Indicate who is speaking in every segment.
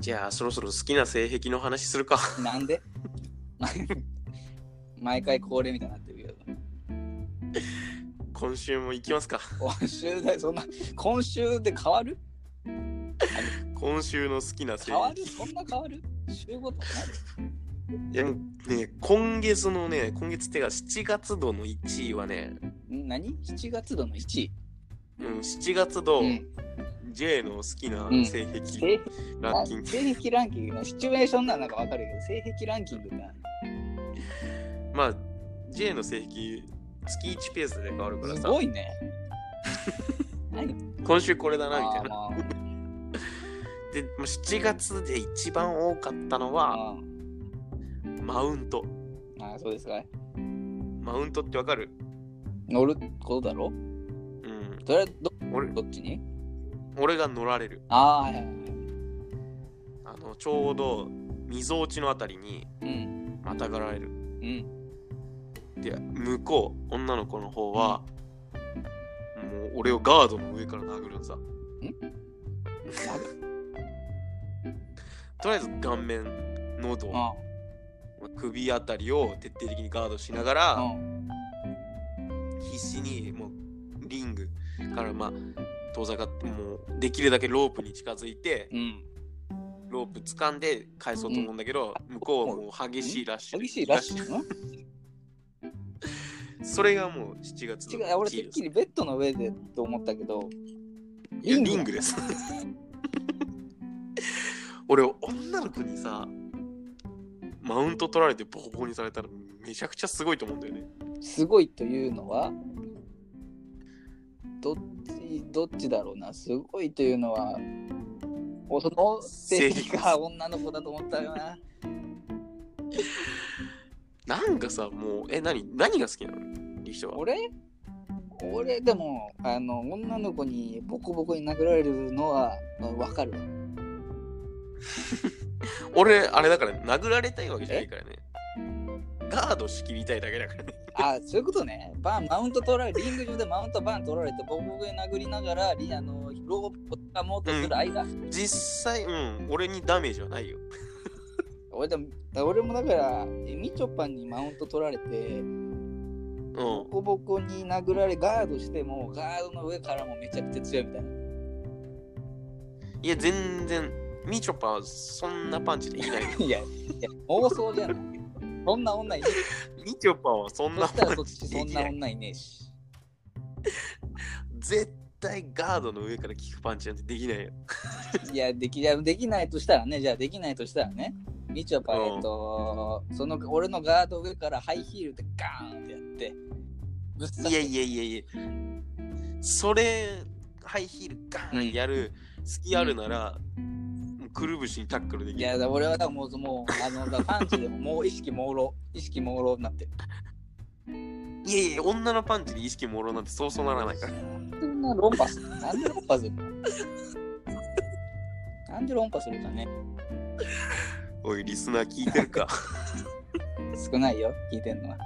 Speaker 1: じゃあそろそろ好きな性癖の話するか
Speaker 2: なんで 毎回恒例みたいになってるけど。
Speaker 1: 今週も行きますか
Speaker 2: 今週で、そんな、今週で変わる
Speaker 1: 今週の好きな性
Speaker 2: 変わ
Speaker 1: 癖
Speaker 2: るそんな変わる週ごとになる
Speaker 1: いやね今月のね今月ってか7月度の1位はね、
Speaker 2: ん何 ?7 月度の1位。
Speaker 1: うん、7月度、
Speaker 2: うん
Speaker 1: J の好きな性癖
Speaker 2: 性
Speaker 1: ランキング、
Speaker 2: 性癖ランキングのシチュエーションならなんかわかるけど、性癖ランキングって何
Speaker 1: まあ J の性癖月1ペースで変わるから
Speaker 2: す
Speaker 1: さ
Speaker 2: ごいね。 何
Speaker 1: 今週これだなみたい
Speaker 2: あ
Speaker 1: な
Speaker 2: まあ
Speaker 1: でまあ7月で一番多かったのは
Speaker 2: あ
Speaker 1: マウント
Speaker 2: ああそうですか。
Speaker 1: マウントってわかる
Speaker 2: 乗ることだろ
Speaker 1: うん
Speaker 2: それはど
Speaker 1: 俺
Speaker 2: どっちに
Speaker 1: 俺が乗られる
Speaker 2: ああ、はいはいはい。
Speaker 1: あのちょうどみぞおちのあたりに
Speaker 2: うん。
Speaker 1: またがられる
Speaker 2: うん。
Speaker 1: で向こう女の子の方は、もう俺をガードの上から殴るんさ とりあえず顔面喉
Speaker 2: あ
Speaker 1: 首あたりを徹底的にガードしなが
Speaker 2: あう
Speaker 1: ら、
Speaker 2: ん。
Speaker 1: 必死にもうリングからまあ遠ざかってもうできるだけロープに近づいて
Speaker 2: うん。
Speaker 1: ロープ掴んで返そうと思うんだけど、向こうはもう激しいラッシュ
Speaker 2: 激しいラッシュ。ん
Speaker 1: それがもう7月
Speaker 2: 違
Speaker 1: の
Speaker 2: う、俺
Speaker 1: 1
Speaker 2: てっ
Speaker 1: 位です
Speaker 2: きりベッドの上でと思ったけど、
Speaker 1: いやリングです 俺女の子にさマウント取られてボコボコにされたらめちゃくちゃすごいと思うんだよね
Speaker 2: すごいというのはどっちどっちだろうなすごいというのはおその性癖が女の子だと思ったよ な
Speaker 1: なんかさもうえ何何が好きなのリヒトは
Speaker 2: 俺俺でもあの女の子にボコボコに殴られるのはわかるわ
Speaker 1: 俺あれだからね殴られたいわけじゃないからねガードしきりたいだけだからね
Speaker 2: あそういうことねバンマウント取られリング上でマウントバン取られてボコボコに殴りながらリあのロープを掴もうとする間、
Speaker 1: 実際うん俺にダメージはないよ
Speaker 2: 俺でも俺もだからえみちょぱにマウント取られてボ
Speaker 1: う
Speaker 2: コボコに殴られガードしてもガードの上からもめちゃくちゃ強いみたいなん
Speaker 1: いや全然みちょぱはそんなパンチでい ない
Speaker 2: いやいや妄想じゃないそんな女いね
Speaker 1: みちょぱはそ
Speaker 2: え
Speaker 1: ん
Speaker 2: そ
Speaker 1: な
Speaker 2: した
Speaker 1: パ
Speaker 2: ら
Speaker 1: ン
Speaker 2: そっ
Speaker 1: チ
Speaker 2: ちそんな女いねえし
Speaker 1: 絶対ガードの上から効くパンチなんてできないよ
Speaker 2: いやできいやできないとしたらねじゃあできないとしたらねみちょぱ
Speaker 1: うん
Speaker 2: えっとその俺のガード上からハイヒールでガーンってやってぶっ刺
Speaker 1: いやいやいやいやそれハイヒールガーンやる隙あるなら、もうくるぶしにタックルでき
Speaker 2: い
Speaker 1: る
Speaker 2: やだ俺はだからもうもうあのだからパンチでももう意識朦朧意識朦朧になってる
Speaker 1: いやいや女のパンチで意識もろなんてそうそうならないから
Speaker 2: そんな論破するなんで論破するのなんで論破するかね
Speaker 1: おいリスナー聞いてるか
Speaker 2: 少ないよ聞いてんのは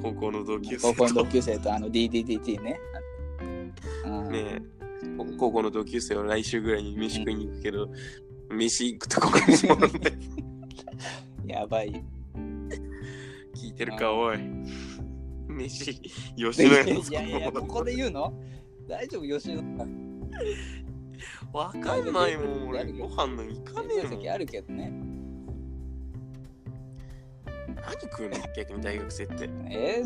Speaker 1: 高校の同級生と
Speaker 2: 高校の同級生とあの DDDT ね。う
Speaker 1: ね
Speaker 2: ん
Speaker 1: え僕高校の同級生は来週ぐらいに飯食いに行くけど、飯行くとこからにもらって
Speaker 2: やばい。
Speaker 1: 聞いてるかおい飯
Speaker 2: い
Speaker 1: 吉野
Speaker 2: や
Speaker 1: 家の
Speaker 2: いやいや、ここで言うの大丈夫、吉野さん。
Speaker 1: わかんないもん俺
Speaker 2: いやいや
Speaker 1: ご飯なんか行かねえ
Speaker 2: 面
Speaker 1: もん
Speaker 2: 積あるけどね。
Speaker 1: 何食うの逆に大学生って
Speaker 2: え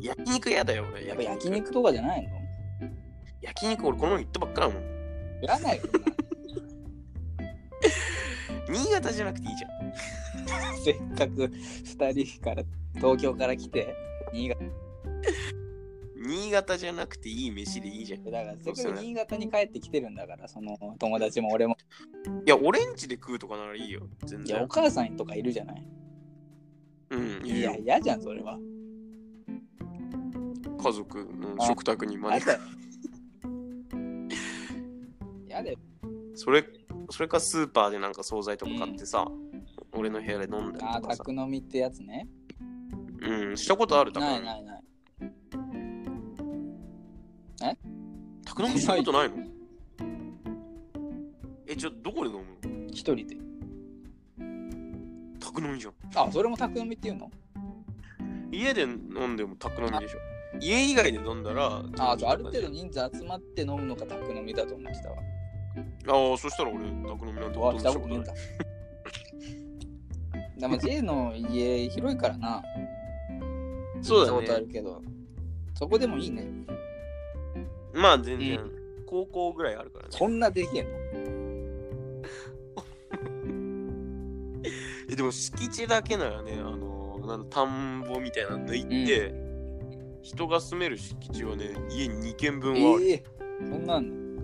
Speaker 1: 焼肉嫌だよ俺
Speaker 2: ー、やっぱ焼肉とかじゃないの
Speaker 1: 焼肉俺この前行ったばっかだもん
Speaker 2: いらないよ
Speaker 1: 新潟じゃなくていいじゃん
Speaker 2: な。せっかく2人から、東京から来て、新潟
Speaker 1: 新潟じゃなくていい飯でいいじゃんい
Speaker 2: だから、せ
Speaker 1: そ
Speaker 2: っ
Speaker 1: う
Speaker 2: か
Speaker 1: っす
Speaker 2: く
Speaker 1: ね
Speaker 2: 新潟に帰ってきてるんだから、その友達も俺も。
Speaker 1: や俺ん家で食うとかならいいよ全
Speaker 2: いや、お
Speaker 1: 然
Speaker 2: 母さんとかいるじゃない。
Speaker 1: うんいい
Speaker 2: いや、
Speaker 1: よ
Speaker 2: 嫌じゃん、それは。
Speaker 1: 家族の食卓に招く
Speaker 2: あだよ。嫌だよ。
Speaker 1: それそれかスーパーでなんか惣菜とか買ってさ、俺の部屋で飲んだ
Speaker 2: あ
Speaker 1: り
Speaker 2: あ、
Speaker 1: とかさ
Speaker 2: 宅飲みってやつね。
Speaker 1: うんしたことあるだか
Speaker 2: ない
Speaker 1: ら
Speaker 2: ないない。
Speaker 1: 宅飲みしたことないのえちょっとどこで飲むの
Speaker 2: 一人で。
Speaker 1: 宅飲みじゃん。
Speaker 2: あ、それも宅飲みっていうの
Speaker 1: 家で飲んでも宅飲みでしょ。家以外で飲んだら、
Speaker 2: あ、そうある程度人数集まって飲むのが宅飲みだと思ってたわ。
Speaker 1: 度。ああ、そしたら俺、宅飲みなんて
Speaker 2: わ、
Speaker 1: ほとんど
Speaker 2: し
Speaker 1: したた
Speaker 2: こ
Speaker 1: ことと
Speaker 2: ねえ
Speaker 1: なんい
Speaker 2: だ。でも J の家広いからな。
Speaker 1: そう
Speaker 2: 行ったことあ
Speaker 1: だね
Speaker 2: る。けど。そこでもいいね。
Speaker 1: まあ全然、高校ぐらいあるからね。
Speaker 2: そんなでけえの。
Speaker 1: えでも敷地だけならね、あのなん田んぼみたいなの抜いて、人が住める敷地はね、家2軒分はある
Speaker 2: ええそんなん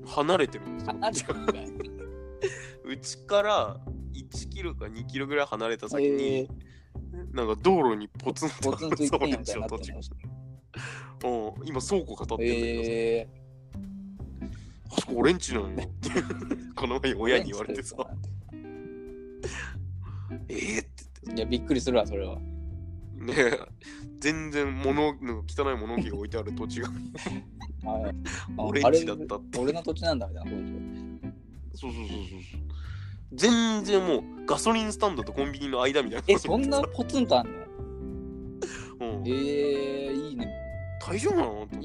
Speaker 2: の。
Speaker 1: 離れてるんですよ。
Speaker 2: あ、じゃあ
Speaker 1: うちから1キロか2キロぐらい離れた先
Speaker 2: え
Speaker 1: に、なんか道路にポツンと
Speaker 2: ポツンと一軒家みたいになっ
Speaker 1: そ
Speaker 2: て
Speaker 1: う
Speaker 2: る
Speaker 1: なんですよ 土地うん今倉庫が建ってるんだけど、
Speaker 2: ええ
Speaker 1: あそこ俺んちなのよ。 この前親に言われてさ、えーって
Speaker 2: いや、びっくりするわ、それは。
Speaker 1: 言って。ねえ全然物の汚い物置が置いてある土地が
Speaker 2: はい
Speaker 1: 俺
Speaker 2: あ
Speaker 1: ん
Speaker 2: れ
Speaker 1: ちだったって。
Speaker 2: 俺の土地なんだみたいなことでし
Speaker 1: そ
Speaker 2: ょ。
Speaker 1: うそうそうそうそう。全然もうガソリンスタンドとコンビニの間みたいな。
Speaker 2: え、そんなポツンとあんの
Speaker 1: うん
Speaker 2: ええいいね。
Speaker 1: 大丈夫なのと思ってさ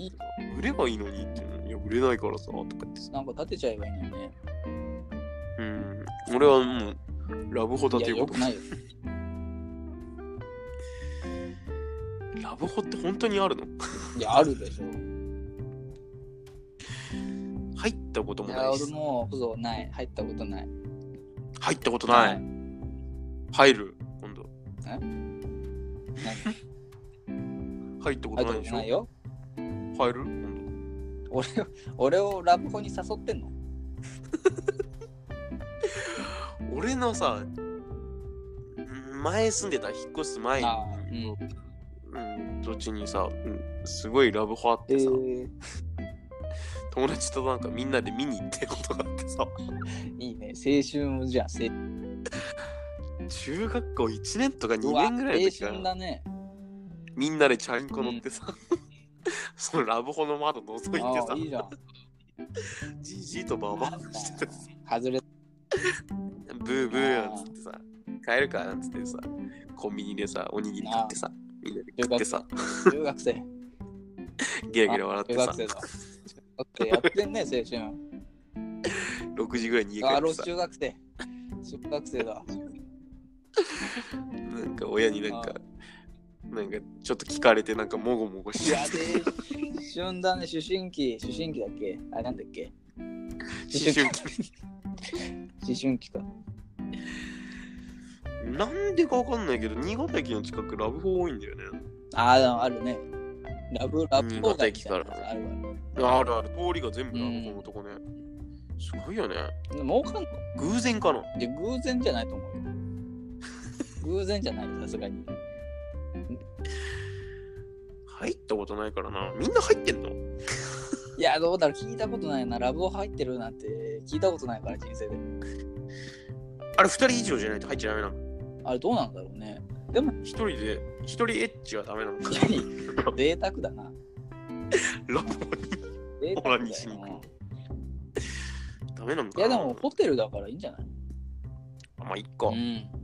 Speaker 1: 売ればいいのにっていうの。いや、売れないからさ、とか言ってさ。
Speaker 2: なんか建てちゃえばいいのにね。
Speaker 1: うん。俺はもう、ラブホだ
Speaker 2: い
Speaker 1: と
Speaker 2: や、
Speaker 1: いう
Speaker 2: よ
Speaker 1: こ
Speaker 2: くないよ。
Speaker 1: と。ラブホって本当にあるの
Speaker 2: いや、ある でしょ。
Speaker 1: 入ったこと
Speaker 2: い
Speaker 1: もな
Speaker 2: や、
Speaker 1: い
Speaker 2: 俺
Speaker 1: し。
Speaker 2: もう、そう、ない。入ったことない。
Speaker 1: 入ったことない。
Speaker 2: い。
Speaker 1: 入る、今度。
Speaker 2: え
Speaker 1: 入ったこと
Speaker 2: 入っ
Speaker 1: ない
Speaker 2: たこ
Speaker 1: でし
Speaker 2: と
Speaker 1: ょ
Speaker 2: ないよ。
Speaker 1: 入る今
Speaker 2: 俺を、俺をラブホに誘ってんの
Speaker 1: 度。俺のさ、前住んでた引っ越す前
Speaker 2: ああ、う
Speaker 1: に
Speaker 2: ん。
Speaker 1: うん、土地にさ、うんすごいラブホあってさ、友達となんかみんなで見に行ってことがあってさ、
Speaker 2: いいね。青春じゃん、青
Speaker 1: 中学校1年とか2
Speaker 2: うわ
Speaker 1: 年ぐらいの時
Speaker 2: 青
Speaker 1: か
Speaker 2: 春
Speaker 1: ら、
Speaker 2: だね。
Speaker 1: みんなでチャリンコ乗ってさ、 そのラブホの窓覗いて
Speaker 2: あ
Speaker 1: さ
Speaker 2: あ、いいじゃん。
Speaker 1: じじいとばばあ しててさ、
Speaker 2: 外れ
Speaker 1: ブーブーなんつってさ、帰るかなんつってさ、コンビニでさ、おにぎり買ってさ、みんなで食ってさ、
Speaker 2: 中学生。
Speaker 1: ゲラゲラ笑って
Speaker 2: 中
Speaker 1: さ
Speaker 2: 学、生だ。だってやってんね、青春。
Speaker 1: 6時ぐらいに家帰
Speaker 2: あ
Speaker 1: って
Speaker 2: ロ
Speaker 1: さ、
Speaker 2: 中学生。中学生だ。
Speaker 1: なんか親になんか、なんかちょっと聞かれてなんかもごもごし
Speaker 2: い
Speaker 1: て
Speaker 2: や、で、春だね、思春期、思春期だっけあれなんだっけ
Speaker 1: 思春期
Speaker 2: 思春期か。
Speaker 1: なんでかわかんないけど、新潟駅の近くラブホ多いんだよね。
Speaker 2: ああ、でもあるね。ラブラブ
Speaker 1: 新
Speaker 2: ホ
Speaker 1: 潟
Speaker 2: ー
Speaker 1: 駅から
Speaker 2: あるわ。
Speaker 1: あるある、通りが全部ラブホのとこね。すごいよね。
Speaker 2: でも儲かんの
Speaker 1: 偶然かな。
Speaker 2: で偶然じゃないと思うよ。偶然じゃないよ、さすがに。
Speaker 1: 入ったことないからな。みんな入ってんの
Speaker 2: いや、どうだろう、聞いたことないな。ラブホ入ってるなんて聞いたことないから、人生で。
Speaker 1: あれ、二人以上じゃないと入っちゃダメなの。
Speaker 2: あれ、どうなんだろうね。
Speaker 1: 一人で、一人エッチはダメなのか。
Speaker 2: 贅沢だな。
Speaker 1: ラブホに
Speaker 2: 贅
Speaker 1: オナ
Speaker 2: 沢だ
Speaker 1: ニーしに
Speaker 2: よ
Speaker 1: 行く
Speaker 2: な。
Speaker 1: の。ダメなの
Speaker 2: い
Speaker 1: かな。
Speaker 2: や、でもホテルだからいいんじゃない
Speaker 1: あまあ、いっか。
Speaker 2: うん。